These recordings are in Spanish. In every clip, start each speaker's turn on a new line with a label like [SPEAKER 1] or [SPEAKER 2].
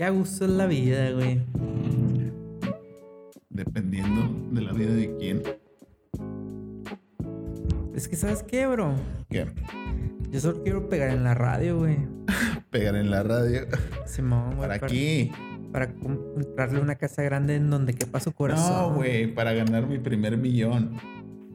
[SPEAKER 1] a gusto en la vida, güey.
[SPEAKER 2] Dependiendo de la vida de quién.
[SPEAKER 1] Es que, ¿sabes qué, bro?
[SPEAKER 2] ¿Qué?
[SPEAKER 1] Yo solo quiero pegar en la radio, güey.
[SPEAKER 2] Pegar en la radio.
[SPEAKER 1] Simón, güey.
[SPEAKER 2] Para aquí.
[SPEAKER 1] Para comprarle una casa grande en donde quepa su corazón.
[SPEAKER 2] No, güey. Para ganar mi primer millón.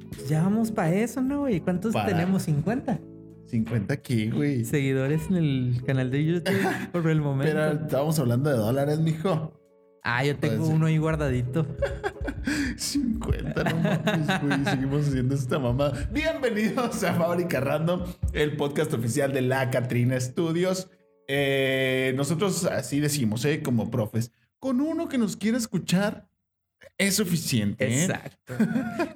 [SPEAKER 1] Pues Ya vamos para eso, ¿no, güey? ¿Cuántos
[SPEAKER 2] Para-
[SPEAKER 1] tenemos? ¿50?
[SPEAKER 2] 50 aquí, güey.
[SPEAKER 1] Seguidores en el canal de YouTube por el momento.
[SPEAKER 2] Pero estábamos hablando de dólares, mijo.
[SPEAKER 1] ah, yo tengo
[SPEAKER 2] Pues,
[SPEAKER 1] uno ahí guardadito.
[SPEAKER 2] 50, no mames, güey. Seguimos haciendo esta mamada. Bienvenidos a Fábrica Random, el podcast oficial de la Catrina Studios. Eh, nosotros así decimos, ¿eh? Como profes. Con uno que nos quiera escuchar es suficiente. ¿eh?
[SPEAKER 1] Exacto.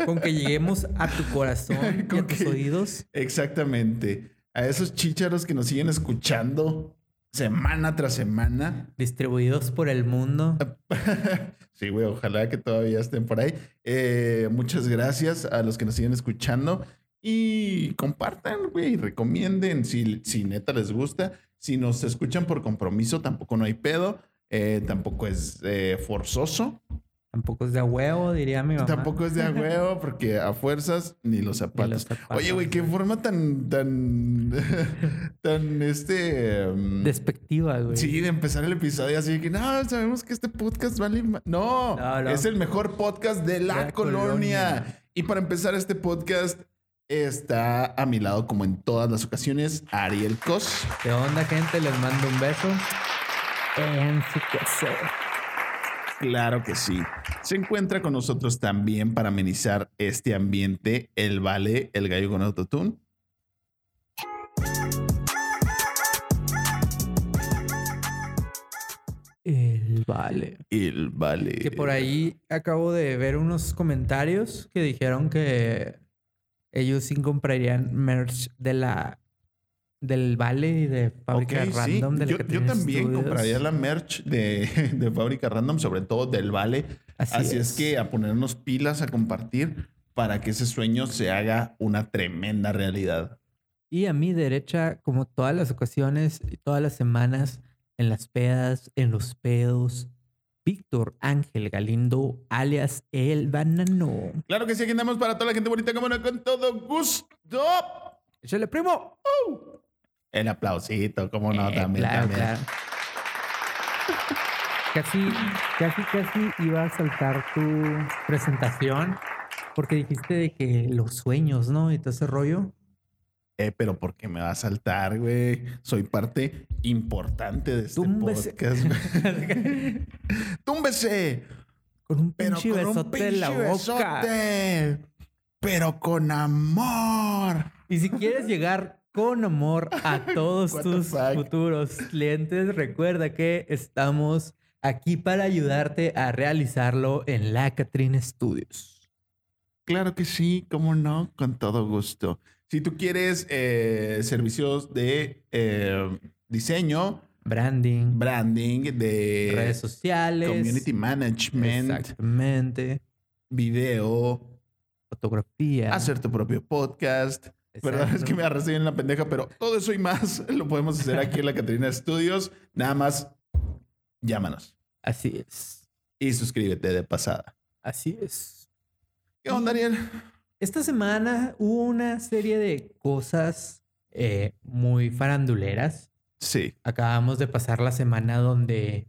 [SPEAKER 1] Con que lleguemos a tu corazón y
[SPEAKER 2] Con
[SPEAKER 1] a tus
[SPEAKER 2] que-
[SPEAKER 1] oídos.
[SPEAKER 2] Exactamente. A esos chícharos que nos siguen escuchando semana tras semana.
[SPEAKER 1] Distribuidos por el mundo.
[SPEAKER 2] Sí, güey, ojalá que todavía estén por ahí. Eh, muchas gracias a los que nos siguen escuchando y compartan, güey, recomienden si, si neta les gusta. Si nos escuchan por compromiso, tampoco no hay pedo. Eh, tampoco es eh, forzoso.
[SPEAKER 1] Tampoco es de a huevo, diría mi mamá.
[SPEAKER 2] Tampoco es de a huevo, porque a fuerzas ni los zapatos.
[SPEAKER 1] zapatos,
[SPEAKER 2] Oye, güey, qué
[SPEAKER 1] güey.
[SPEAKER 2] forma tan, tan, tan este. em,
[SPEAKER 1] Despectiva, güey.
[SPEAKER 2] Sí, de empezar el episodio así de que no, sabemos que este podcast vale. ma-". No,
[SPEAKER 1] No, no.
[SPEAKER 2] es el mejor podcast de la,
[SPEAKER 1] La
[SPEAKER 2] colonia.
[SPEAKER 1] colonia.
[SPEAKER 2] Y para empezar este podcast, está a mi lado, como en todas las ocasiones, Ariel Cos.
[SPEAKER 1] ¿Qué onda, gente? Les mando un beso. En su queso.
[SPEAKER 2] Claro que sí. Se encuentra con nosotros también para amenizar este ambiente, el Vale, el gallo con autotune.
[SPEAKER 1] El vale.
[SPEAKER 2] El Vale.
[SPEAKER 1] Que por ahí acabo de ver unos comentarios que dijeron que ellos sí comprarían merch de la del Vale y de Fábrica
[SPEAKER 2] Ok, sí.
[SPEAKER 1] Random. de la
[SPEAKER 2] yo,
[SPEAKER 1] que
[SPEAKER 2] yo
[SPEAKER 1] tienen
[SPEAKER 2] también
[SPEAKER 1] estudios.
[SPEAKER 2] compraría la merch de, de Fábrica Random, sobre todo del Vale.
[SPEAKER 1] Así,
[SPEAKER 2] Así es. que a ponernos pilas, a compartir para que ese sueño se haga una tremenda realidad.
[SPEAKER 1] Y a mi derecha, como todas las ocasiones y todas las semanas, en las pedas, en los pedos, Víctor Ángel Galindo, alias El Banano.
[SPEAKER 2] Claro que sí, aquí andamos para toda la gente bonita, como no, con todo gusto.
[SPEAKER 1] ¡Échale, primo!
[SPEAKER 2] El aplausito, como Oh, no,
[SPEAKER 1] Eh,
[SPEAKER 2] también.
[SPEAKER 1] claro,
[SPEAKER 2] también.
[SPEAKER 1] claro. Casi, casi, casi iba a saltar tu presentación porque dijiste de que los sueños, ¿no? Y todo ese rollo.
[SPEAKER 2] Eh, pero ¿por qué me va a saltar, güey? Soy parte importante de este
[SPEAKER 1] Túmbese.
[SPEAKER 2] podcast. güey. ¡Túmbese!
[SPEAKER 1] Con un
[SPEAKER 2] Pero
[SPEAKER 1] pinche
[SPEAKER 2] con un
[SPEAKER 1] besote en la
[SPEAKER 2] pinche
[SPEAKER 1] boca.
[SPEAKER 2] besote, Pero con amor.
[SPEAKER 1] Y si quieres llegar con amor a todos
[SPEAKER 2] What the
[SPEAKER 1] tus
[SPEAKER 2] fuck?
[SPEAKER 1] futuros clientes, recuerda que estamos aquí para ayudarte a realizarlo en la Catrina Studios.
[SPEAKER 2] Claro que sí, cómo no, con todo gusto. Si tú quieres eh, servicios de eh, diseño,
[SPEAKER 1] Branding,
[SPEAKER 2] branding, de
[SPEAKER 1] redes sociales,
[SPEAKER 2] community management,
[SPEAKER 1] exactamente,
[SPEAKER 2] video,
[SPEAKER 1] fotografía.
[SPEAKER 2] hacer tu propio podcast. Verdad Ah, es
[SPEAKER 1] exacto.
[SPEAKER 2] que me arrastré en la pendeja, pero todo eso y más lo podemos hacer aquí en la Caterina Studios. Nada más llámanos
[SPEAKER 1] Así es,
[SPEAKER 2] y suscríbete de pasada.
[SPEAKER 1] así es.
[SPEAKER 2] ¿Qué onda, Daniel?
[SPEAKER 1] Esta semana hubo una serie de cosas eh, muy faranduleras.
[SPEAKER 2] Sí,
[SPEAKER 1] Acabamos de pasar la semana donde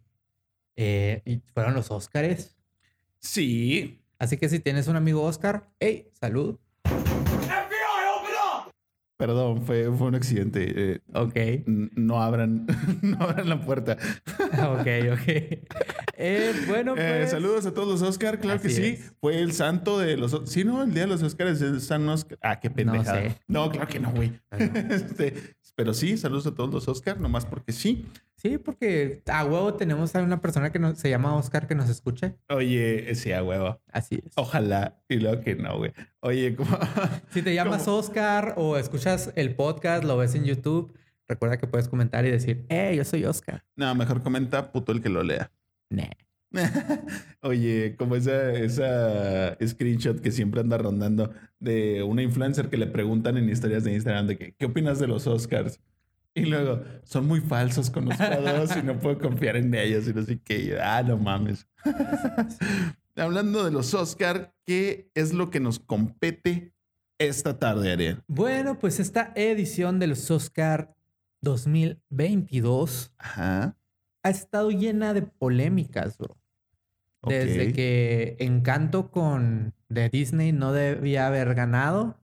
[SPEAKER 1] eh, y fueron los Óscares.
[SPEAKER 2] sí,
[SPEAKER 1] Así que si tienes un amigo Óscar, hey, salud.
[SPEAKER 2] perdón, fue, fue un accidente. eh,
[SPEAKER 1] Ok,
[SPEAKER 2] N- no abran, no abran la puerta.
[SPEAKER 1] ok, ok. Eh, bueno,
[SPEAKER 2] Eh,
[SPEAKER 1] pues.
[SPEAKER 2] saludos a todos los Oscar, claro que
[SPEAKER 1] Así
[SPEAKER 2] sí.
[SPEAKER 1] es.
[SPEAKER 2] Fue el santo de los... Sí, no, el día de los Oscars es San Oscar. Ah, qué pendejada. No,
[SPEAKER 1] sé.
[SPEAKER 2] claro que no, güey.
[SPEAKER 1] Ah, no.
[SPEAKER 2] Este, pero sí, saludos a todos los Oscar, nomás porque sí.
[SPEAKER 1] Sí, porque a huevo tenemos a una persona que nos- se llama Óscar que nos escuche.
[SPEAKER 2] Oye, eh, sí, a huevo.
[SPEAKER 1] Así es.
[SPEAKER 2] Ojalá. Y luego que no, güey. Oye, como...
[SPEAKER 1] Si te llamas Oscar o escuchas el podcast, lo ves en YouTube, recuerda que puedes comentar y decir, hey, yo soy Oscar.
[SPEAKER 2] No, mejor comenta puto el que lo lea.
[SPEAKER 1] Nah.
[SPEAKER 2] Oye, como esa, esa screenshot que siempre anda rondando de una influencer que le preguntan en historias de Instagram de que, qué opinas de los Oscars. Y luego, son muy falsos con los jugadores y no puedo confiar en ellos. Y no sé qué. Y yo, Ah, no mames. Hablando de los Oscar, ¿qué es lo que nos compete esta tarde, Ariel?
[SPEAKER 1] Bueno, pues esta edición de los Oscar 2022
[SPEAKER 2] Ajá.
[SPEAKER 1] ha estado llena de polémicas, bro.
[SPEAKER 2] ok.
[SPEAKER 1] Desde que Encanto con de Disney no debía haber ganado,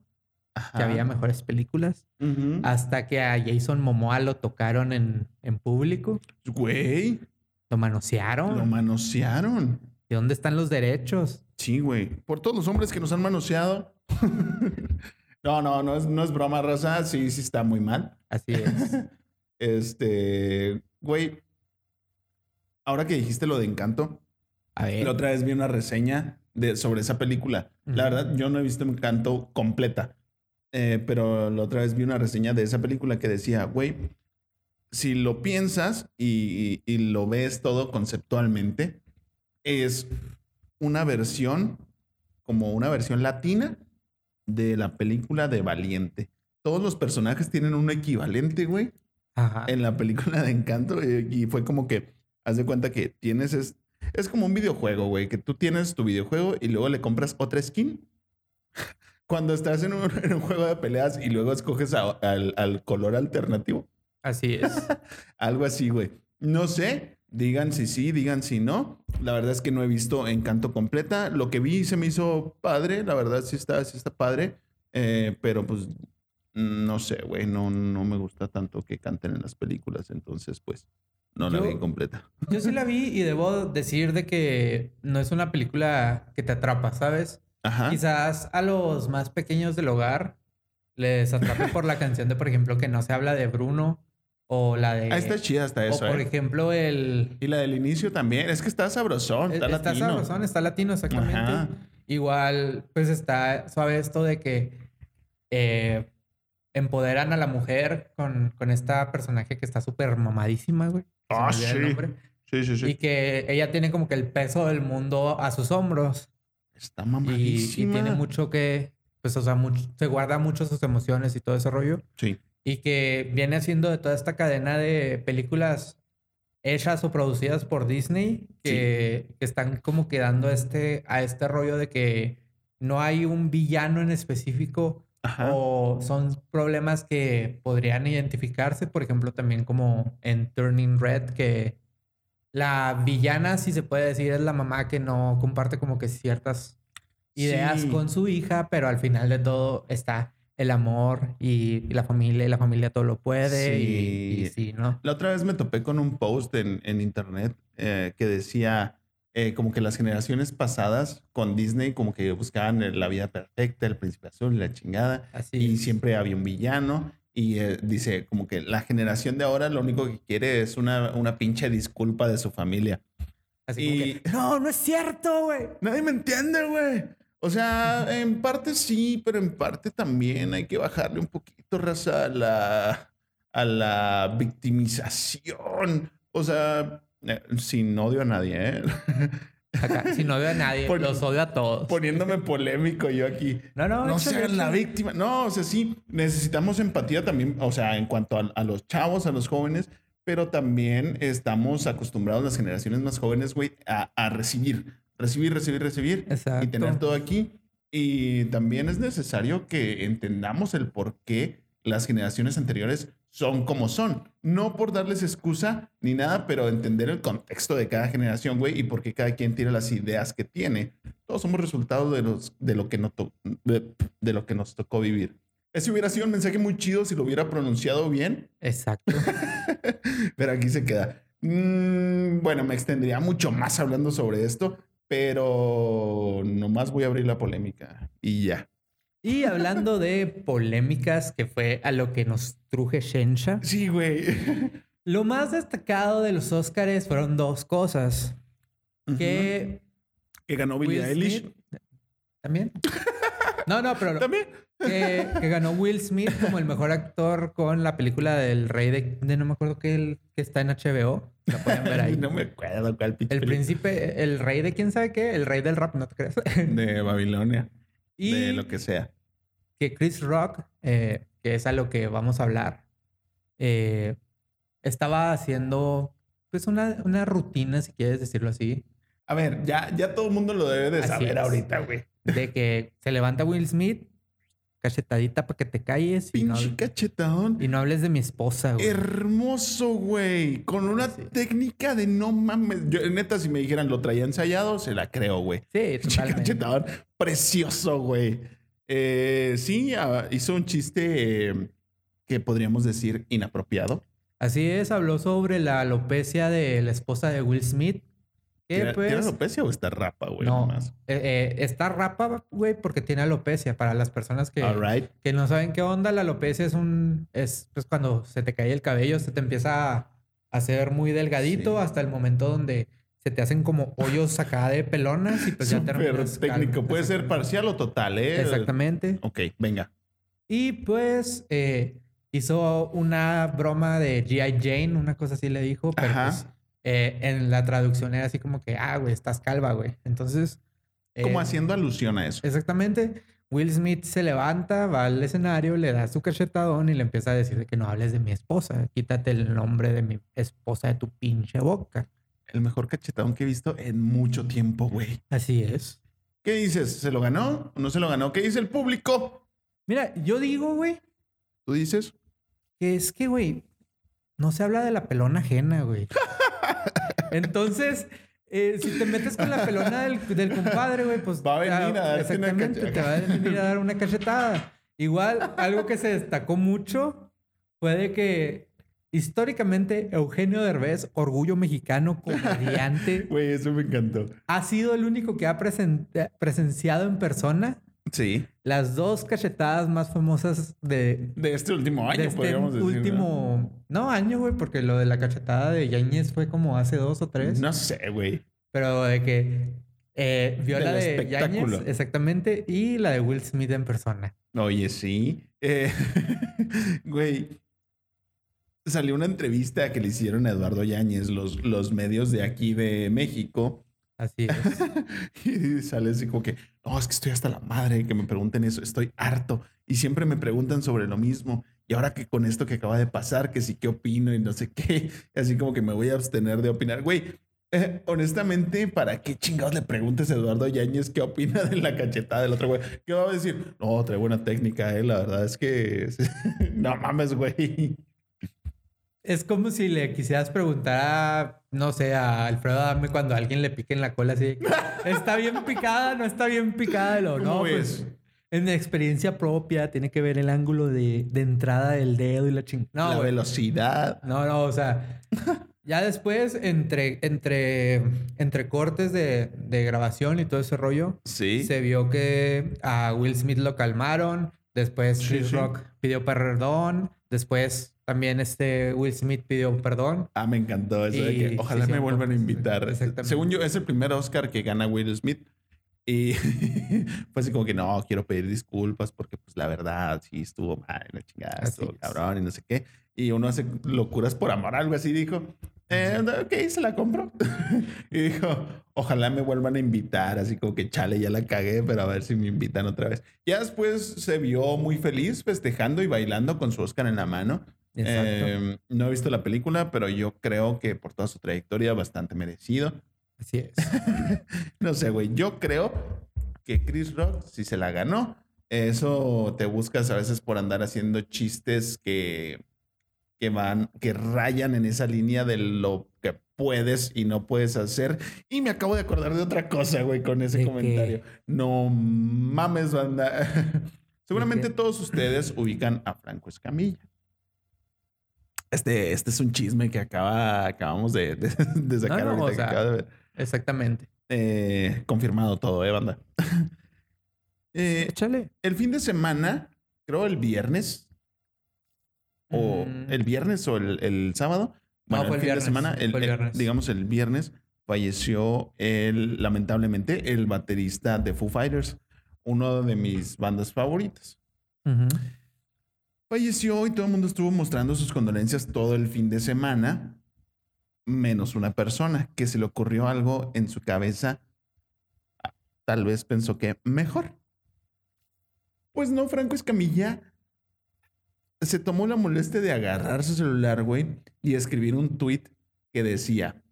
[SPEAKER 1] que
[SPEAKER 2] Ajá.
[SPEAKER 1] había mejores películas,
[SPEAKER 2] Ujú.
[SPEAKER 1] hasta que a Jason Momoa lo tocaron en, en público,
[SPEAKER 2] Güey,
[SPEAKER 1] lo
[SPEAKER 2] lo
[SPEAKER 1] manosearon.
[SPEAKER 2] manosearon.
[SPEAKER 1] ¿Y dónde están los derechos?
[SPEAKER 2] Sí, güey. Por todos los hombres que nos han manoseado. no, no, no es, no es broma, raza. Sí, sí está muy mal.
[SPEAKER 1] Así es.
[SPEAKER 2] Este, güey. Ahora que dijiste lo de Encanto,
[SPEAKER 1] A ver.
[SPEAKER 2] la otra vez vi una reseña de, sobre esa película. La
[SPEAKER 1] Ujú.
[SPEAKER 2] verdad, yo no he visto Encanto completa. Eh, pero la otra vez vi una reseña de esa película que decía, güey, si lo piensas y, y- y lo ves todo conceptualmente, es una versión, como una versión latina de la película de Valiente. Todos los personajes tienen un equivalente, güey
[SPEAKER 1] Ajá.
[SPEAKER 2] en la película de Encanto eh, y fue como que haz de cuenta que tienes es, es como un videojuego, güey, que tú tienes tu videojuego y luego le compras otra skin. Cuando estás en un, en un juego de peleas y luego escoges a- al, al color alternativo,
[SPEAKER 1] Así es.
[SPEAKER 2] algo así, güey. No sé, digan si sí, digan si no. La verdad es que no he visto Encanto completa. Lo que vi se me hizo padre, la verdad sí está, sí está padre, Eh, pero pues no sé, güey, no, no me gusta tanto que canten en las películas, entonces pues no la
[SPEAKER 1] Yo-
[SPEAKER 2] vi completa.
[SPEAKER 1] Yo sí la vi y debo decir de que no es una película que te atrapa, ¿sabes?
[SPEAKER 2] Ajá.
[SPEAKER 1] Quizás a los más pequeños del hogar les atrape por la canción de, por ejemplo, que no se habla de Bruno o la de...
[SPEAKER 2] Ah, está chida hasta
[SPEAKER 1] o
[SPEAKER 2] eso,
[SPEAKER 1] por
[SPEAKER 2] eh.
[SPEAKER 1] ejemplo el... e-,
[SPEAKER 2] Y la del inicio también, es que está sabrosón, está,
[SPEAKER 1] está
[SPEAKER 2] latino.
[SPEAKER 1] sabrosón, está latino, exactamente.
[SPEAKER 2] Ajá.
[SPEAKER 1] Igual, pues está suave esto de que eh, empoderan a la mujer con, con esta personaje que está súper mamadísima, güey. Se me
[SPEAKER 2] Ah,
[SPEAKER 1] olvida el
[SPEAKER 2] sí.
[SPEAKER 1] nombre.
[SPEAKER 2] Sí, sí, sí.
[SPEAKER 1] Y que ella tiene como que el peso del mundo a sus hombros.
[SPEAKER 2] Está
[SPEAKER 1] Y- Y,
[SPEAKER 2] mamadísima.
[SPEAKER 1] tiene mucho que, pues, o sea, mucho- se guarda mucho sus emociones y todo ese rollo.
[SPEAKER 2] Sí.
[SPEAKER 1] Y que viene haciendo de toda esta cadena de películas hechas o producidas por Disney que, que están como quedando este, a este rollo de que no hay un villano en específico
[SPEAKER 2] Ajá.
[SPEAKER 1] o son problemas que podrían identificarse, por ejemplo, también como en Turning Red, que la villana, si se puede decir, es la mamá que no comparte como que ciertas ideas
[SPEAKER 2] Sí.
[SPEAKER 1] con su hija, pero al final de todo está el amor y, y la familia, y la familia todo lo puede, y, y
[SPEAKER 2] Sí.
[SPEAKER 1] sí, ¿no?
[SPEAKER 2] La otra vez me topé con un post en, en internet eh, que decía eh, como que las generaciones pasadas con Disney como que buscaban el- la vida perfecta, el príncipe azul, la chingada,
[SPEAKER 1] Así.
[SPEAKER 2] y
[SPEAKER 1] es.
[SPEAKER 2] siempre había un villano. Y eh, dice como que la generación de ahora lo único que quiere es una, una pinche disculpa de su familia.
[SPEAKER 1] Así como
[SPEAKER 2] y-
[SPEAKER 1] que, no, no es cierto, güey.
[SPEAKER 2] Nadie me entiende, güey. O sea, en parte sí, pero en parte también hay que bajarle un poquito, raza, a la, a la victimización. O sea, eh, sin odio a nadie, ¿eh?
[SPEAKER 1] Acá, si no veo a nadie,
[SPEAKER 2] Pon-
[SPEAKER 1] los odio a todos.
[SPEAKER 2] Poniéndome polémico yo aquí.
[SPEAKER 1] no, no,
[SPEAKER 2] No
[SPEAKER 1] échale,
[SPEAKER 2] se hagan la
[SPEAKER 1] échale.
[SPEAKER 2] víctima. No, o sea, sí, necesitamos empatía también, o sea, en cuanto a, a los chavos, a los jóvenes, pero también estamos acostumbrados las generaciones más jóvenes, güey, a, a recibir, recibir, recibir, recibir y tener
[SPEAKER 1] Exacto.
[SPEAKER 2] todo aquí. Y también es necesario que entendamos el por qué las generaciones anteriores son como son. No por darles excusa ni nada, pero entender el contexto de cada generación, güey, y por qué cada quien tiene las ideas que tiene. Todos somos resultado de, los, de, lo, que no to- de, de lo que nos tocó vivir. Ese hubiera sido un mensaje muy chido si lo hubiera pronunciado bien,
[SPEAKER 1] Exacto.
[SPEAKER 2] pero aquí se queda. Mm, bueno, me extendería mucho más hablando sobre esto, pero nomás voy a abrir la polémica y ya.
[SPEAKER 1] Y hablando de polémicas, que fue a lo que nos truje Shensha,
[SPEAKER 2] Sí, güey.
[SPEAKER 1] lo más destacado de los Óscares fueron dos cosas. Que
[SPEAKER 2] Que ganó
[SPEAKER 1] Will
[SPEAKER 2] Billie Eilish.
[SPEAKER 1] Smith- ¿También? No, no, pero
[SPEAKER 2] También.
[SPEAKER 1] que, que ganó Will Smith como el mejor actor con la película del rey de, de no me acuerdo qué, el- que está en HBO. La pueden ver ahí.
[SPEAKER 2] no me acuerdo cuál pinche
[SPEAKER 1] El
[SPEAKER 2] película.
[SPEAKER 1] príncipe, el rey de quién sabe qué, el rey del rap, ¿no te crees?
[SPEAKER 2] de Babilonia.
[SPEAKER 1] Y
[SPEAKER 2] De lo que sea.
[SPEAKER 1] que Chris Rock, eh, que es a lo que vamos a hablar, eh, estaba haciendo pues una, una rutina, si quieres decirlo así,
[SPEAKER 2] A ver, ya, ya todo el mundo lo debe de
[SPEAKER 1] Así
[SPEAKER 2] saber
[SPEAKER 1] es.
[SPEAKER 2] ahorita, güey.
[SPEAKER 1] de que se levanta Will Smith, cachetadita para que te calles y no,
[SPEAKER 2] Pinche er-, cachetadón.
[SPEAKER 1] y no hables de mi esposa, güey.
[SPEAKER 2] Hermoso, güey. Con una
[SPEAKER 1] Sí.
[SPEAKER 2] técnica de no mames. Yo, neta, si me dijeran lo traía ensayado, se la creo, güey.
[SPEAKER 1] Sí,
[SPEAKER 2] Pinche
[SPEAKER 1] totalmente.
[SPEAKER 2] cachetadón. Precioso, güey. Eh, sí, ah, hizo un chiste eh, que podríamos decir inapropiado.
[SPEAKER 1] Así es, habló sobre la alopecia de la esposa de Will Smith. que,
[SPEAKER 2] ¿Tiene,
[SPEAKER 1] pues,
[SPEAKER 2] tiene alopecia o está rapa, güey?
[SPEAKER 1] no,
[SPEAKER 2] nomás?
[SPEAKER 1] eh, eh, está rapa, güey, porque tiene alopecia. Para las personas que,
[SPEAKER 2] All right.
[SPEAKER 1] que no saben qué onda, la alopecia es un. Es pues cuando se te cae el cabello, se te empieza a hacer muy delgadito
[SPEAKER 2] Sí.
[SPEAKER 1] hasta el momento donde se te hacen como hoyos acá de pelonas y pues ya
[SPEAKER 2] Súper
[SPEAKER 1] terminas.
[SPEAKER 2] técnico.
[SPEAKER 1] calvo.
[SPEAKER 2] Puede ser parcial o total, ¿eh?
[SPEAKER 1] Exactamente.
[SPEAKER 2] Ok, venga.
[SPEAKER 1] Y pues eh, hizo una broma de G.I. Jane, una cosa así le dijo, pero
[SPEAKER 2] Ajá.
[SPEAKER 1] pues, eh, en la traducción era así como que, ah, güey, estás calva, güey. Entonces.
[SPEAKER 2] Como
[SPEAKER 1] eh,
[SPEAKER 2] haciendo alusión a eso.
[SPEAKER 1] Exactamente. Will Smith se levanta, va al escenario, le da su cachetadón y le empieza a decir de que no hables de mi esposa. Quítate el nombre de mi esposa de tu pinche boca.
[SPEAKER 2] El mejor cachetadón que he visto en mucho tiempo, güey.
[SPEAKER 1] Así es.
[SPEAKER 2] ¿Qué dices? ¿Se lo ganó o no se lo ganó? ¿Qué dice el público?
[SPEAKER 1] Mira, yo digo, güey,
[SPEAKER 2] ¿Tú dices?
[SPEAKER 1] que es que, güey, no se habla de la pelona ajena, güey. Entonces, eh, si te metes con la pelona del, del compadre, güey, pues...
[SPEAKER 2] Va a venir a
[SPEAKER 1] ah,
[SPEAKER 2] darte una
[SPEAKER 1] Exactamente,
[SPEAKER 2] cacha-
[SPEAKER 1] te va a venir a dar una cachetada. Igual, algo que se destacó mucho fue de que históricamente Eugenio Derbez, orgullo mexicano, comediante,
[SPEAKER 2] Güey, eso me encantó.
[SPEAKER 1] ha sido el único que ha presen- presenciado en persona
[SPEAKER 2] Sí.
[SPEAKER 1] las dos cachetadas más famosas de,
[SPEAKER 2] De este último año,
[SPEAKER 1] de este
[SPEAKER 2] podríamos decir. ¿no?
[SPEAKER 1] último, no año, güey, porque lo de la cachetada de Yañez fue como hace dos o tres,
[SPEAKER 2] No sé, güey.
[SPEAKER 1] pero de que eh, vio
[SPEAKER 2] Del
[SPEAKER 1] la de
[SPEAKER 2] espectáculo.
[SPEAKER 1] Yañez, exactamente, y la de Will Smith en persona.
[SPEAKER 2] Oye, sí. Eh, Güey. Salió una entrevista que le hicieron a Eduardo Yáñez, los, los medios de aquí de México.
[SPEAKER 1] Así es.
[SPEAKER 2] Y sale así como que, no, es que estoy hasta la madre que me pregunten eso, estoy harto y siempre me preguntan sobre lo mismo. Y ahora que con esto que acaba de pasar, que sí, qué opino y no sé qué, así como que me voy a abstener de opinar. Güey, eh, honestamente, ¿para qué chingados le preguntes a Eduardo Yáñez qué opina de la cachetada del otro güey? ¿Qué va a decir? No, trae buena técnica, eh, la verdad es que no mames, güey.
[SPEAKER 1] es como si le quisieras preguntar a, no sé, a Alfredo Adame cuando a alguien le pique en la cola así, de que, está bien picada, no está bien picada, lo
[SPEAKER 2] ¿Cómo
[SPEAKER 1] no,
[SPEAKER 2] ves?
[SPEAKER 1] pues, en experiencia propia tiene que ver el ángulo de, de entrada del dedo y la chingada. No,
[SPEAKER 2] la
[SPEAKER 1] güey.
[SPEAKER 2] velocidad.
[SPEAKER 1] No, no, o sea, ya después, entre, entre, entre cortes de, de grabación y todo ese rollo,
[SPEAKER 2] Sí.
[SPEAKER 1] se vio que a Will Smith lo calmaron. Después
[SPEAKER 2] Sí,
[SPEAKER 1] Chris
[SPEAKER 2] sí.
[SPEAKER 1] Rock pidió perdón. Después también este Will Smith pidió perdón.
[SPEAKER 2] Ah, me encantó eso de
[SPEAKER 1] Y
[SPEAKER 2] que
[SPEAKER 1] sí,
[SPEAKER 2] ojalá me
[SPEAKER 1] cierto.
[SPEAKER 2] vuelvan a invitar.
[SPEAKER 1] Exactamente.
[SPEAKER 2] Según yo, es el primer Oscar que gana Will Smith. Y fue así como que no, quiero pedir disculpas porque, pues, la verdad, sí estuvo mal, la chingada,
[SPEAKER 1] Así
[SPEAKER 2] estuvo
[SPEAKER 1] es.
[SPEAKER 2] cabrón y no sé qué. Y uno hace locuras por amor, algo así, dijo. Eh, ok, se la compro. y dijo, ojalá me vuelvan a invitar, así como que chale, ya la cagué, pero a ver si me invitan otra vez. Ya después se vio muy feliz festejando y bailando con su Oscar en la mano.
[SPEAKER 1] Exacto.
[SPEAKER 2] Eh, no he visto la película, pero yo creo que por toda su trayectoria bastante merecido.
[SPEAKER 1] Así es.
[SPEAKER 2] No sé, güey, yo creo que Chris Rock si se la ganó. Eso te buscas a veces por andar haciendo chistes que, que van, que rayan en esa línea de lo que puedes y no puedes hacer. Y me acabo de acordar de otra cosa, güey, con ese
[SPEAKER 1] ¿De qué?
[SPEAKER 2] comentario. No mames, banda. Seguramente
[SPEAKER 1] qué?
[SPEAKER 2] todos ustedes ubican a Franco Escamilla. Este, este es un chisme que acaba, acabamos de, de- de sacar
[SPEAKER 1] no,
[SPEAKER 2] ahorita
[SPEAKER 1] o
[SPEAKER 2] que
[SPEAKER 1] sea,
[SPEAKER 2] acabo de ver.
[SPEAKER 1] Exactamente.
[SPEAKER 2] Eh, confirmado todo, ¿eh, banda? Eh,
[SPEAKER 1] Échale.
[SPEAKER 2] el fin de semana, creo el viernes, o
[SPEAKER 1] Mm.
[SPEAKER 2] el viernes o el, el sábado.
[SPEAKER 1] No,
[SPEAKER 2] Bueno,
[SPEAKER 1] fue
[SPEAKER 2] el
[SPEAKER 1] el
[SPEAKER 2] fin de
[SPEAKER 1] viernes,
[SPEAKER 2] semana, el-
[SPEAKER 1] fue el
[SPEAKER 2] el-
[SPEAKER 1] viernes.
[SPEAKER 2] digamos el viernes, falleció el, lamentablemente el baterista de Foo Fighters, uno de mis bandas favoritas.
[SPEAKER 1] Ujú.
[SPEAKER 2] Falleció y todo el mundo estuvo mostrando sus condolencias todo el fin de semana, menos una persona que se le ocurrió algo en su cabeza. Tal vez pensó que mejor. Pues no, Franco Escamilla se tomó la molestia de agarrar su celular, güey, y escribir un tweet que decía: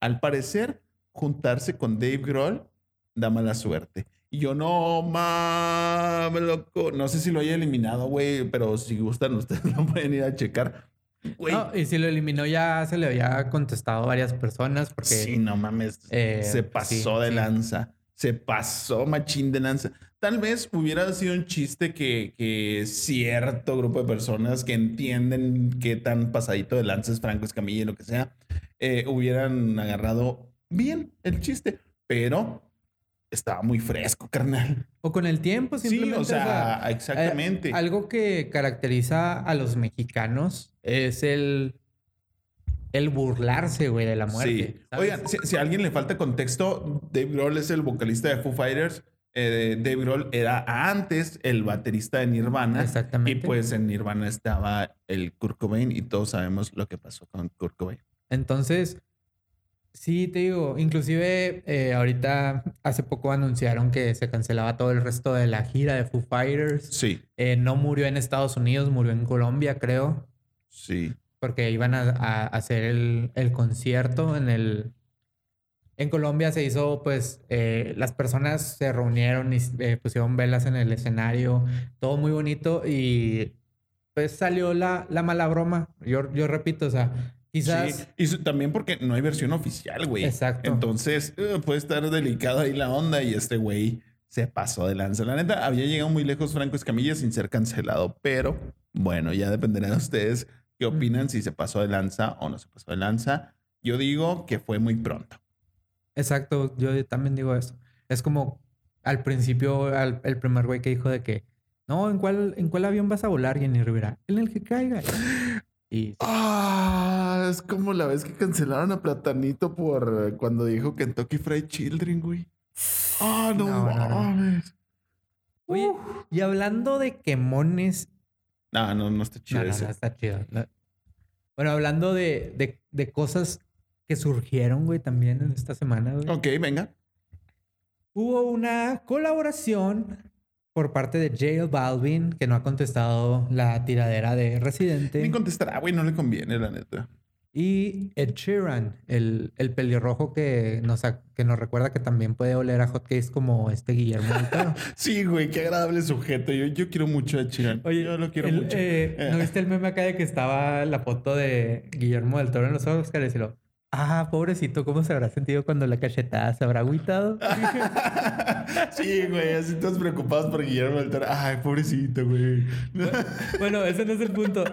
[SPEAKER 2] Al parecer, juntarse con Dave Grohl da mala suerte. Y yo no mames, loco. No sé si lo haya eliminado, güey, pero si gustan, ustedes lo pueden ir a checar. Güey.
[SPEAKER 1] No, y si lo eliminó ya se le había contestado varias personas porque
[SPEAKER 2] sí, no mames.
[SPEAKER 1] eh,
[SPEAKER 2] se pasó
[SPEAKER 1] sí,
[SPEAKER 2] de
[SPEAKER 1] sí.
[SPEAKER 2] lanza. Se pasó machín de lanza. Tal vez hubiera sido un chiste que, que cierto grupo de personas que entienden qué tan pasadito de lanza es Franco Escamilla y lo que sea, eh, hubieran agarrado bien el chiste, pero estaba muy fresco, carnal.
[SPEAKER 1] o con el tiempo
[SPEAKER 2] Sí,
[SPEAKER 1] simplemente
[SPEAKER 2] o
[SPEAKER 1] o sea,
[SPEAKER 2] sea, exactamente.
[SPEAKER 1] Eh, algo que caracteriza a los mexicanos es el, el burlarse, güey, de la muerte.
[SPEAKER 2] Sí.
[SPEAKER 1] ¿sabes?
[SPEAKER 2] Oigan, si, si a alguien le falta contexto, Dave Grohl es el vocalista de Foo Fighters. Eh, Dave Grohl era antes el baterista de Nirvana. Y
[SPEAKER 1] Exactamente.
[SPEAKER 2] pues en Nirvana estaba el Kurt Cobain y todos sabemos lo que pasó con Kurt Cobain.
[SPEAKER 1] Entonces, sí, te digo, inclusive eh, ahorita hace poco anunciaron que se cancelaba todo el resto de la gira de Foo Fighters.
[SPEAKER 2] Sí,
[SPEAKER 1] Eh, no murió en Estados Unidos, murió en Colombia, creo,
[SPEAKER 2] sí.
[SPEAKER 1] porque iban a, a hacer el, el concierto en el... En Colombia se hizo, pues, eh, las personas se reunieron y eh, pusieron velas en el escenario, todo muy bonito y pues salió la, la mala broma. Yo, yo repito, o sea, quizás...
[SPEAKER 2] Sí. Y su- también porque no hay versión oficial, güey.
[SPEAKER 1] Exacto.
[SPEAKER 2] Entonces eh, puede estar delicada ahí la onda y este güey se pasó de lanza. La neta, había llegado muy lejos Franco Escamilla sin ser cancelado, pero bueno, ya dependerá de ustedes qué opinan, si se pasó de lanza o no se pasó de lanza. Yo digo que fue muy pronto.
[SPEAKER 1] Exacto, yo también digo eso. Es como al principio, al- el primer güey que dijo de que, no, ¿en cuál, en cuál avión vas a volar, Jenny Rivera? En el que caiga. Y
[SPEAKER 2] Ah, es como la vez que cancelaron a Platanito por eh, cuando dijo Kentucky Fried Children, güey. Ah, no,
[SPEAKER 1] No, no, no.
[SPEAKER 2] mames.
[SPEAKER 1] Oye, y hablando de quemones,
[SPEAKER 2] No, Ah, no, no está
[SPEAKER 1] no,
[SPEAKER 2] chido
[SPEAKER 1] no, no,
[SPEAKER 2] ese.
[SPEAKER 1] está chido. no. Bueno, hablando de, de- de cosas que surgieron, güey, también en esta semana, güey.
[SPEAKER 2] Ok, venga.
[SPEAKER 1] Hubo una colaboración por parte de J Balvin, que no ha contestado la tiradera de Residente.
[SPEAKER 2] Ni contestará, güey, no le conviene, la neta.
[SPEAKER 1] Y Ed Sheeran, el, el pelirrojo que nos, ac- que nos recuerda que también puede oler a hotcakes como este Guillermo del Toro.
[SPEAKER 2] Sí, güey, qué agradable sujeto. Yo, yo quiero mucho a Chirán. yo lo quiero
[SPEAKER 1] el-
[SPEAKER 2] mucho.
[SPEAKER 1] eh, ¿no viste el meme acá de que estaba la foto de Guillermo del Toro en los ojos? Que le decía, ah, pobrecito, ¿cómo se habrá sentido cuando la cachetada se habrá agüitado?
[SPEAKER 2] sí, güey, así todos preocupados por Guillermo del Toro. Ay, pobrecito, güey.
[SPEAKER 1] Pues, bueno, ese no es el punto.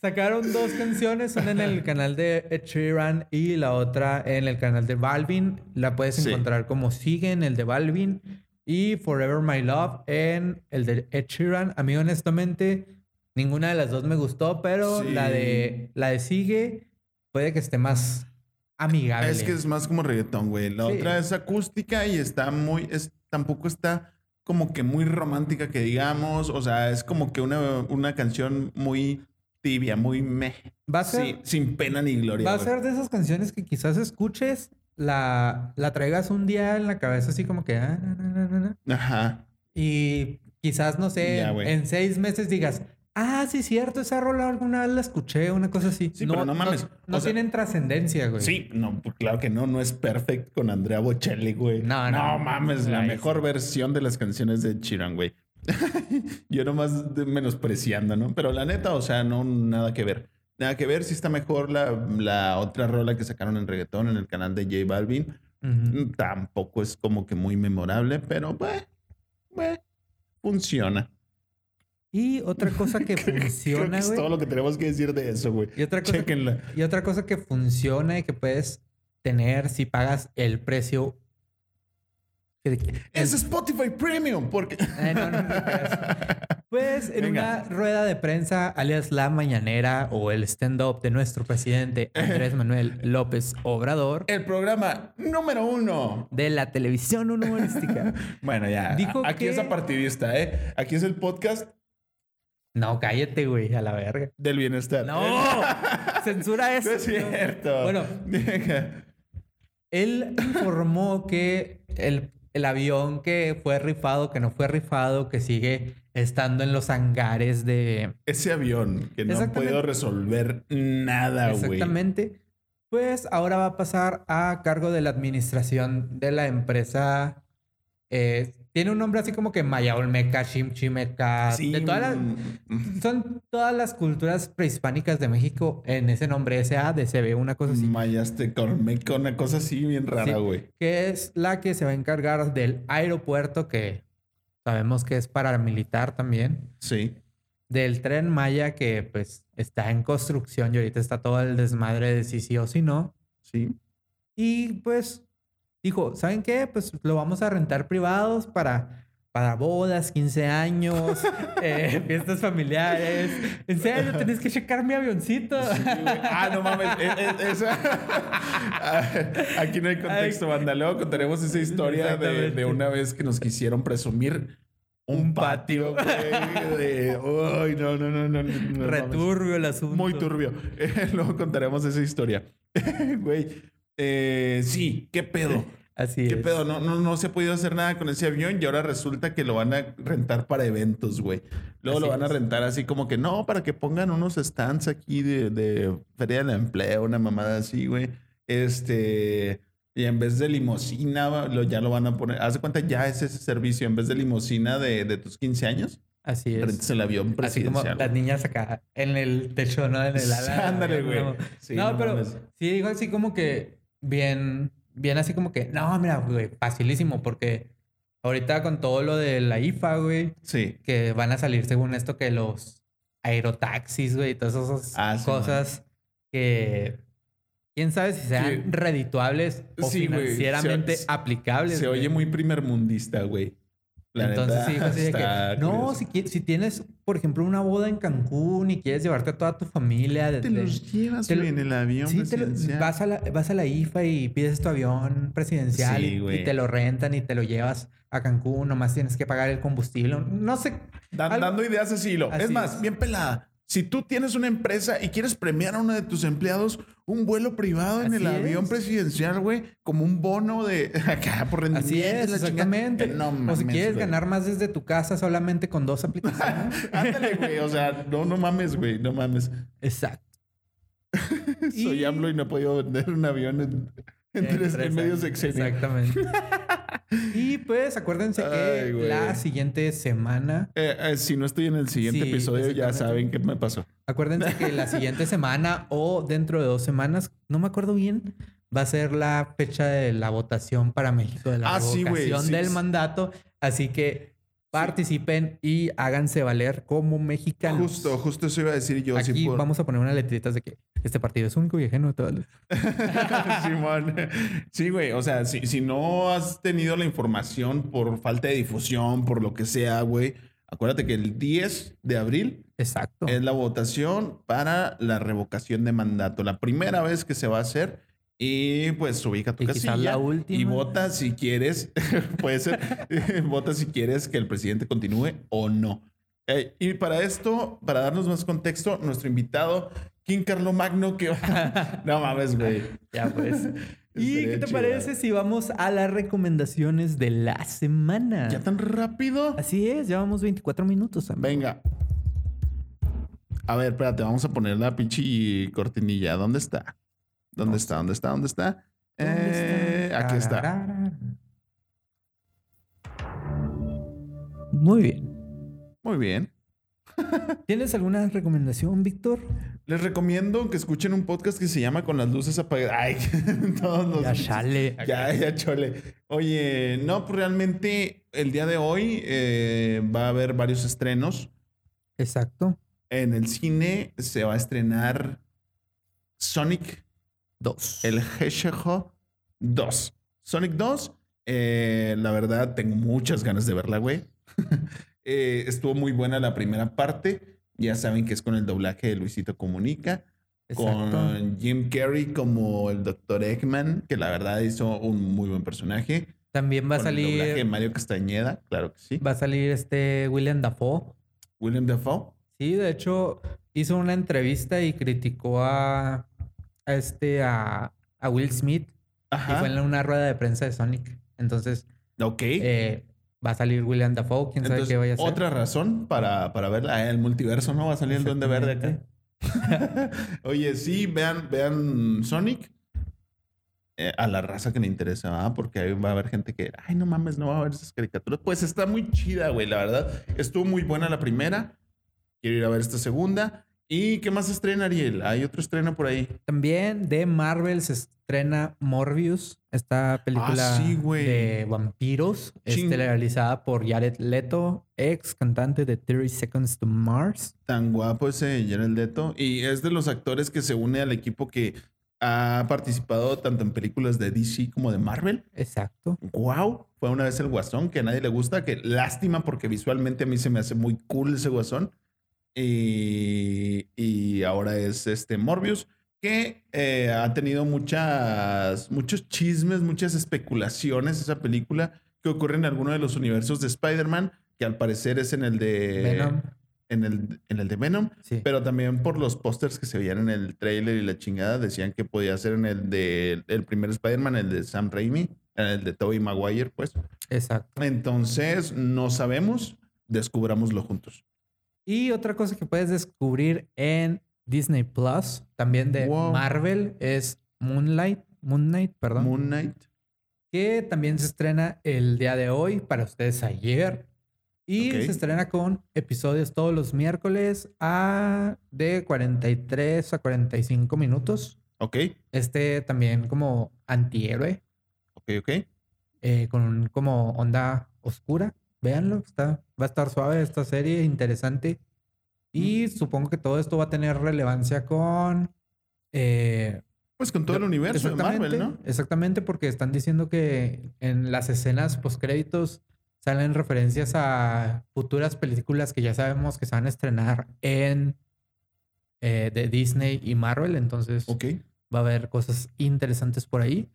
[SPEAKER 1] Sacaron dos canciones, una en el canal de Ed Sheeran y la otra en el canal de Balvin. La puedes
[SPEAKER 2] Sí.
[SPEAKER 1] encontrar como Sigue en el de Balvin y Forever My Love en el de Ed Sheeran. A mí honestamente ninguna de las dos me gustó, pero
[SPEAKER 2] Sí.
[SPEAKER 1] la de la de Sigue puede que esté más amigable.
[SPEAKER 2] Es que es más como reggaetón, güey. La
[SPEAKER 1] Sí.
[SPEAKER 2] otra es acústica y está muy, es, tampoco está como que muy romántica que digamos. O sea, es como que una, una canción muy tibia, muy meh.
[SPEAKER 1] va a ser
[SPEAKER 2] Sí, sin pena ni gloria.
[SPEAKER 1] Va a
[SPEAKER 2] güey.
[SPEAKER 1] ser de esas canciones que quizás escuches, la, la traigas un día en la cabeza así como que... ah, na, na, na, na, na,
[SPEAKER 2] Ajá.
[SPEAKER 1] y quizás, no sé,
[SPEAKER 2] Ya,
[SPEAKER 1] en-
[SPEAKER 2] güey.
[SPEAKER 1] en seis meses digas, ah, sí, cierto, esa rola alguna vez la escuché, una cosa así.
[SPEAKER 2] Sí, pero no mames,
[SPEAKER 1] No,
[SPEAKER 2] o sea-
[SPEAKER 1] tienen trascendencia, güey.
[SPEAKER 2] Sí, no, pues, claro que no, no es perfect con Andrea Bocelli, güey.
[SPEAKER 1] No, no.
[SPEAKER 2] mames, la
[SPEAKER 1] Ahí
[SPEAKER 2] mejor versión de las canciones de Chiran, güey. Yo nomás de- menospreciando, ¿no? Pero la neta, o sea, no, nada que ver. Nada que ver si está mejor la, la otra rola que sacaron en reggaetón en el canal de J Balvin.
[SPEAKER 1] Ujú.
[SPEAKER 2] Mm. Tampoco es como que muy memorable, pero, bueno, bueno, funciona.
[SPEAKER 1] Y otra cosa que
[SPEAKER 2] Creo que
[SPEAKER 1] funciona,
[SPEAKER 2] es todo
[SPEAKER 1] güey.
[SPEAKER 2] lo que tenemos que decir de eso, güey.
[SPEAKER 1] Y otra, cosa,
[SPEAKER 2] Chequenla.
[SPEAKER 1] y otra cosa que funciona y que puedes tener si pagas el precio... el-
[SPEAKER 2] Es Spotify Premium, porque...
[SPEAKER 1] Ay, no, no, no te creas. Pues en
[SPEAKER 2] Venga.
[SPEAKER 1] una rueda de prensa, alias la mañanera o el stand-up de nuestro presidente Andrés Manuel López Obrador
[SPEAKER 2] El programa número uno.
[SPEAKER 1] de la televisión humorística.
[SPEAKER 2] Bueno, ya.
[SPEAKER 1] Dijo
[SPEAKER 2] aquí
[SPEAKER 1] que-
[SPEAKER 2] es apartidista, ¿eh? Aquí es el podcast
[SPEAKER 1] No, cállate, güey, a la verga.
[SPEAKER 2] del bienestar.
[SPEAKER 1] No, censura
[SPEAKER 2] No
[SPEAKER 1] eso.
[SPEAKER 2] es cierto.
[SPEAKER 1] Bueno.
[SPEAKER 2] Venga.
[SPEAKER 1] Él informó que el, el avión que fue rifado, que no fue rifado, que sigue estando en los hangares de...
[SPEAKER 2] Ese avión que no ha
[SPEAKER 1] Exactamente.
[SPEAKER 2] podido resolver
[SPEAKER 1] Ah,
[SPEAKER 2] nada, güey.
[SPEAKER 1] Exactamente. Pues ahora va a pasar a cargo de la administración de la empresa. eh, tiene un nombre así como que Maya Olmeca, Chimchimeca,
[SPEAKER 2] Sí,
[SPEAKER 1] Ah, de todas las-
[SPEAKER 2] mm,
[SPEAKER 1] son todas las culturas prehispánicas de México en ese nombre, SADCB, una cosa
[SPEAKER 2] Mm.
[SPEAKER 1] así.
[SPEAKER 2] Mayaste con meca, una cosa así bien rara,
[SPEAKER 1] Sí.
[SPEAKER 2] güey.
[SPEAKER 1] que es la que se va a encargar del aeropuerto, que sabemos que es paramilitar también,
[SPEAKER 2] Sí.
[SPEAKER 1] del tren Maya, que pues está en construcción y ahorita está todo el desmadre de si sí o si no.
[SPEAKER 2] Sí.
[SPEAKER 1] Y pues dijo, ¿saben qué? Pues lo vamos a rentar privados para, para bodas, 15 años, eh, fiestas familiares. En serio, tenés que checar mi avioncito.
[SPEAKER 2] Sí, güey. Ah, no mames. e- e- esa- Ah, Aquí no hay contexto, banda. Luego contaremos esa historia de, de una vez que nos quisieron presumir un patio, güey. de- Uy, no, no, no, no. no, no mames.
[SPEAKER 1] Returbio el asunto.
[SPEAKER 2] Muy turbio. Luego contaremos esa historia. Güey. eh, sí, qué pedo.
[SPEAKER 1] Así
[SPEAKER 2] ¿Qué
[SPEAKER 1] es.
[SPEAKER 2] pedo? No, no, no se ha podido hacer nada con ese avión y ahora resulta que lo van a rentar para eventos, güey. Luego lo
[SPEAKER 1] Así
[SPEAKER 2] van a
[SPEAKER 1] es.
[SPEAKER 2] rentar así como que no, para que pongan unos stands aquí de, de Feria del Empleo, una mamada así, güey. Este. Y en vez de limosina, lo, ya lo van a poner. Haz de cuenta, ya es ese servicio. En vez de limosina de, de tus 15 años,
[SPEAKER 1] Así es.
[SPEAKER 2] rentas el avión
[SPEAKER 1] Así como
[SPEAKER 2] presidencial.
[SPEAKER 1] las niñas acá en el techo, ¿no? En el ala.
[SPEAKER 2] Ándale, güey.
[SPEAKER 1] No,
[SPEAKER 2] Sí,
[SPEAKER 1] No, pero
[SPEAKER 2] mames.
[SPEAKER 1] sí digo así como que bien, bien así como que, no, mira, güey, facilísimo, porque ahorita con todo lo de la IFA, güey,
[SPEAKER 2] Sí.
[SPEAKER 1] que van a salir según esto que los aerotaxis, güey, y todas esas
[SPEAKER 2] Ah, sí,
[SPEAKER 1] cosas que quién sabe si sean
[SPEAKER 2] Sí.
[SPEAKER 1] redituables o
[SPEAKER 2] Sí, güey, se-
[SPEAKER 1] financieramente
[SPEAKER 2] se-
[SPEAKER 1] aplicables.
[SPEAKER 2] Se
[SPEAKER 1] güey.
[SPEAKER 2] oye muy primermundista, güey. La
[SPEAKER 1] Entonces
[SPEAKER 2] neta,
[SPEAKER 1] sí, así de
[SPEAKER 2] está
[SPEAKER 1] que, no,
[SPEAKER 2] curioso.
[SPEAKER 1] si, qui- si tienes, por ejemplo, una boda en Cancún y quieres llevarte a toda tu familia, de-
[SPEAKER 2] Te
[SPEAKER 1] de-
[SPEAKER 2] los llevas
[SPEAKER 1] te lo-
[SPEAKER 2] güey, en el avión.
[SPEAKER 1] sí, te lo-
[SPEAKER 2] presidencial.
[SPEAKER 1] vas, a la, vas a la IFA y pides tu avión presidencial
[SPEAKER 2] Sí,
[SPEAKER 1] y- y,
[SPEAKER 2] güey.
[SPEAKER 1] te lo rentan y te lo llevas a Cancún, nomás tienes que pagar el combustible. No sé,
[SPEAKER 2] Dan-
[SPEAKER 1] Algo-
[SPEAKER 2] Dando ideas así, lo. Es
[SPEAKER 1] Así
[SPEAKER 2] más,
[SPEAKER 1] es.
[SPEAKER 2] bien pelada. Si tú tienes una empresa y quieres premiar a uno de tus empleados, un vuelo privado en
[SPEAKER 1] Así
[SPEAKER 2] el avión
[SPEAKER 1] es.
[SPEAKER 2] presidencial, güey, como un bono de acá por rendimiento.
[SPEAKER 1] así es,
[SPEAKER 2] la chingada.
[SPEAKER 1] exactamente.
[SPEAKER 2] Eh, no
[SPEAKER 1] o si
[SPEAKER 2] mames,
[SPEAKER 1] quieres
[SPEAKER 2] güey.
[SPEAKER 1] ganar más desde tu casa solamente con dos aplicaciones.
[SPEAKER 2] Ándale, güey. O sea, no, no mames, güey. No mames.
[SPEAKER 1] Exacto.
[SPEAKER 2] Soy
[SPEAKER 1] Y-
[SPEAKER 2] AMLO y no he podido vender un avión en, en tres, en medio sexenio.
[SPEAKER 1] Exactamente. y pues acuérdense
[SPEAKER 2] Ay,
[SPEAKER 1] que
[SPEAKER 2] güey.
[SPEAKER 1] la siguiente semana,
[SPEAKER 2] Eh, eh, si no estoy en el siguiente
[SPEAKER 1] Sí,
[SPEAKER 2] episodio, ya
[SPEAKER 1] exactamente.
[SPEAKER 2] saben qué me pasó.
[SPEAKER 1] acuérdense que la siguiente semana o dentro de dos semanas, no me acuerdo bien, va a ser la fecha de la votación para México, de la
[SPEAKER 2] Ah, sí, güey,
[SPEAKER 1] revocación
[SPEAKER 2] sí,
[SPEAKER 1] del
[SPEAKER 2] sí.
[SPEAKER 1] mandato. Así que participen y háganse valer como mexicanos.
[SPEAKER 2] Justo, justo eso iba a decir yo.
[SPEAKER 1] Aquí
[SPEAKER 2] sí, por-
[SPEAKER 1] vamos a poner unas letritas de que este partido es único y ajeno a todas las-
[SPEAKER 2] Simón. Sí, güey. O sea, si, si no has tenido la información por falta de difusión, por lo que sea, güey, acuérdate que el 10 de abril
[SPEAKER 1] Exacto.
[SPEAKER 2] es la votación para la revocación de mandato. La primera vez que se va a hacer. Y pues ubica tu
[SPEAKER 1] Y quizás
[SPEAKER 2] casilla
[SPEAKER 1] la última.
[SPEAKER 2] y vota si quieres, puede ser, vota si quieres que el presidente continúe o no. Eh, y para esto, para darnos más contexto, nuestro invitado, Kim Carlo Magno, que... no mames, güey.
[SPEAKER 1] Ya pues. ¿Y
[SPEAKER 2] Estaría
[SPEAKER 1] qué te
[SPEAKER 2] chido.
[SPEAKER 1] parece si vamos a las recomendaciones de la semana?
[SPEAKER 2] ¿Ya tan rápido?
[SPEAKER 1] Así es, llevamos 24 minutos. amigo.
[SPEAKER 2] Venga. A ver, espérate, vamos a poner la pinche cortinilla. ¿Dónde está? ¿Dónde está? ¿Dónde está? ¿Dónde está?
[SPEAKER 1] ¿Dónde
[SPEAKER 2] Eh,
[SPEAKER 1] está?
[SPEAKER 2] Aquí está.
[SPEAKER 1] Muy bien.
[SPEAKER 2] Muy bien.
[SPEAKER 1] ¿Tienes alguna recomendación, Víctor?
[SPEAKER 2] Les recomiendo que escuchen un podcast que se llama Con las luces apagadas. Ay, todos los...
[SPEAKER 1] Ya sale.
[SPEAKER 2] Ya, ya, chole. Oye, no, pues realmente el día de hoy eh, va a haber varios estrenos.
[SPEAKER 1] Exacto.
[SPEAKER 2] En el cine se va a estrenar Sonic
[SPEAKER 1] Dos.
[SPEAKER 2] El Hedgehog 2. Sonic 2, eh, la verdad, tengo muchas ganas de verla, güey. Eh, estuvo muy buena la primera parte. Ya saben que es con el doblaje de Luisito Comunica,
[SPEAKER 1] Exacto.
[SPEAKER 2] con Jim Carrey como el Dr. Eggman, que la verdad hizo un muy buen personaje.
[SPEAKER 1] También va a
[SPEAKER 2] Con El doblaje de
[SPEAKER 1] salir.
[SPEAKER 2] Mario Castañeda, claro que sí.
[SPEAKER 1] Va a salir este William Dafoe.
[SPEAKER 2] William Dafoe.
[SPEAKER 1] Sí, de hecho, hizo una entrevista y criticó a, a este a, a Will Smith. Y
[SPEAKER 2] Ajá.
[SPEAKER 1] fue en una rueda de prensa de Sonic. Entonces,
[SPEAKER 2] Ok.
[SPEAKER 1] Eh, va a salir William Dafoe, quién sabe
[SPEAKER 2] Entonces,
[SPEAKER 1] qué vaya a ser.
[SPEAKER 2] otra razón para, para verla. Ah, El multiverso, ¿no? Va a salir el Duende Verde acá. Oye, sí, vean, vean Sonic. eh, a la raza que le interesa, ¿ah? porque ahí va a haber gente que, ay, no mames, no va a ver esas caricaturas. Pues está muy chida, güey, la verdad. Estuvo muy buena la primera. Quiero ir a ver esta segunda. ¿Y qué más estrena, Ariel? Hay otro estreno por ahí.
[SPEAKER 1] También de Marvel se estrena Morbius, esta película
[SPEAKER 2] Ah, sí, güey.
[SPEAKER 1] de vampiros,
[SPEAKER 2] Ching.
[SPEAKER 1] estelarizada por Jared Leto, ex cantante de 30 Seconds to Mars.
[SPEAKER 2] Tan guapo ese Jared Leto. Y es de los actores que se une al equipo que ha participado tanto en películas de DC como de Marvel.
[SPEAKER 1] Exacto.
[SPEAKER 2] Wow, fue una vez el guasón que a nadie le gusta, que lástima porque visualmente a mí se me hace muy cool ese guasón. Y, y ahora es este Morbius, que eh, ha tenido muchas, muchos chismes, muchas especulaciones esa película que ocurre en alguno de los universos de Spider-Man, que al parecer es en el de
[SPEAKER 1] Venom,
[SPEAKER 2] En, el, en el de Venom,
[SPEAKER 1] sí.
[SPEAKER 2] Eh, pero también por los pósters que se veían en el trailer y la chingada, decían que podía ser en el de el primer Spider-Man, el de Sam Raimi, en el de Tobey Maguire, pues.
[SPEAKER 1] Exacto.
[SPEAKER 2] Entonces, no sabemos, descubrámoslo juntos.
[SPEAKER 1] Y otra cosa que puedes descubrir en Disney Plus, también de
[SPEAKER 2] Wow.
[SPEAKER 1] Marvel, es Moonlight. Moon Knight, perdón.
[SPEAKER 2] Moon Knight.
[SPEAKER 1] que también se estrena el día de hoy, para ustedes ayer. Y
[SPEAKER 2] Ok.
[SPEAKER 1] se estrena con episodios todos los miércoles a de 43 a 45 minutos.
[SPEAKER 2] Ok,
[SPEAKER 1] Este también como antihéroe,
[SPEAKER 2] ok, ok.
[SPEAKER 1] eh, con un como onda oscura. Véanlo, está, va a estar suave esta serie, interesante. Y supongo que todo esto va a tener relevancia con... eh,
[SPEAKER 2] Pues con todo el
[SPEAKER 1] yo-
[SPEAKER 2] universo de Marvel, ¿no?
[SPEAKER 1] exactamente, Exactamente, porque están diciendo que en las escenas postcréditos salen referencias a futuras películas que ya sabemos que se van a estrenar en eh, de Disney y Marvel. Entonces
[SPEAKER 2] Ok.
[SPEAKER 1] va a haber cosas interesantes por ahí.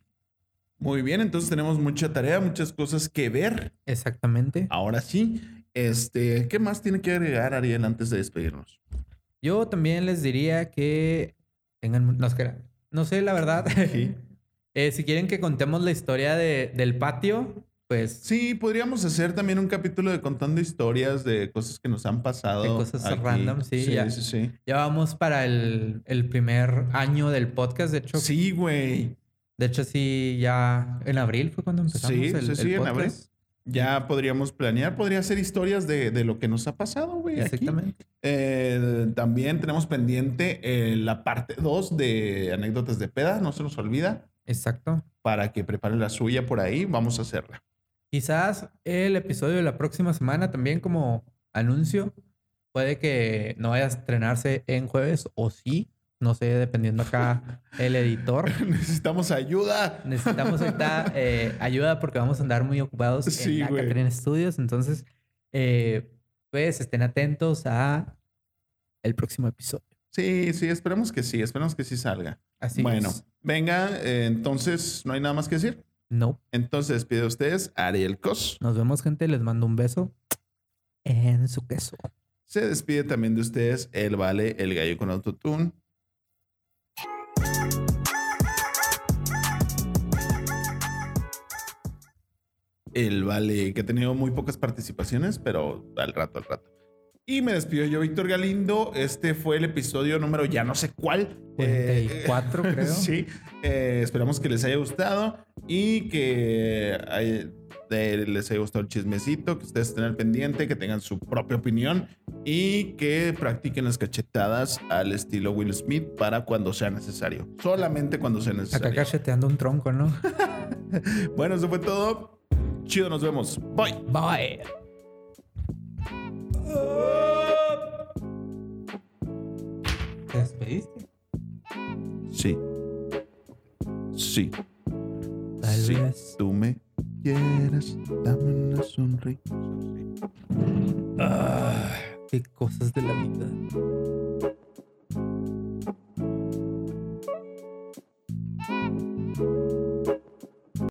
[SPEAKER 2] Muy bien, entonces tenemos mucha tarea, muchas cosas que ver.
[SPEAKER 1] Exactamente.
[SPEAKER 2] Ahora sí, este, ¿qué más tiene que agregar Ariel antes de despedirnos?
[SPEAKER 1] Yo también les diría que tengan. mu- No, espera. no sé, la verdad.
[SPEAKER 2] Sí.
[SPEAKER 1] Eh, si quieren que contemos la historia de- del patio, pues
[SPEAKER 2] Sí, podríamos hacer también un capítulo de contando historias de cosas que nos han pasado.
[SPEAKER 1] De cosas random, sí, ya.
[SPEAKER 2] sí, sí.
[SPEAKER 1] ya vamos para el, el primer año del podcast. De hecho,
[SPEAKER 2] Sí, güey.
[SPEAKER 1] De hecho, sí, ya en abril fue cuando empezamos
[SPEAKER 2] Sí,
[SPEAKER 1] el,
[SPEAKER 2] sí,
[SPEAKER 1] el
[SPEAKER 2] sí, en abril.
[SPEAKER 1] podcast.
[SPEAKER 2] Ya podríamos planear, podría ser historias de, de lo que nos ha pasado, güey. aquí.
[SPEAKER 1] Exactamente.
[SPEAKER 2] Eh, también tenemos pendiente eh, la parte 2 de anécdotas de peda, no se nos olvida,
[SPEAKER 1] Exacto.
[SPEAKER 2] para que prepare la suya por ahí, vamos a hacerla.
[SPEAKER 1] Quizás el episodio de la próxima semana también como anuncio. Puede que no vaya a estrenarse en jueves o sí. No sé, dependiendo acá el editor.
[SPEAKER 2] Necesitamos ayuda.
[SPEAKER 1] Necesitamos ahorita eh, ayuda porque vamos a andar muy ocupados
[SPEAKER 2] Sí,
[SPEAKER 1] en la
[SPEAKER 2] güey.
[SPEAKER 1] Catrina Studios. Entonces, eh, pues estén atentos a el próximo episodio.
[SPEAKER 2] Sí, sí, esperemos que sí, esperemos que sí salga.
[SPEAKER 1] Así
[SPEAKER 2] bueno,
[SPEAKER 1] es.
[SPEAKER 2] venga, eh, entonces no hay nada más que decir.
[SPEAKER 1] No.
[SPEAKER 2] Entonces pide a ustedes Ariel Cos.
[SPEAKER 1] Nos vemos, gente. Les mando un beso en su queso.
[SPEAKER 2] Se despide también de ustedes el Vale, el Gallo con Autotune. El Vale, que ha tenido muy pocas participaciones, pero al rato, al rato. Y me despido yo, Víctor Galindo. Este fue el episodio número ya no sé cuál. Eh,
[SPEAKER 1] 44, creo.
[SPEAKER 2] Sí, eh, esperamos que les haya gustado y que eh, eh, les haya gustado el chismecito, que ustedes estén al pendiente, que tengan su propia opinión y que practiquen las cachetadas al estilo Will Smith para cuando sea necesario. Solamente cuando sea
[SPEAKER 1] Acá
[SPEAKER 2] necesario.
[SPEAKER 1] cacheteando un tronco, ¿no?
[SPEAKER 2] Bueno, eso fue todo. Chido, nos vemos. Bye.
[SPEAKER 1] Bye. ¿Te despediste?
[SPEAKER 2] Sí. Sí.
[SPEAKER 1] Tal
[SPEAKER 2] Sí.
[SPEAKER 1] vez.
[SPEAKER 2] Tú me quieres, dame una sonrisa.
[SPEAKER 1] Qué cosas de la vida.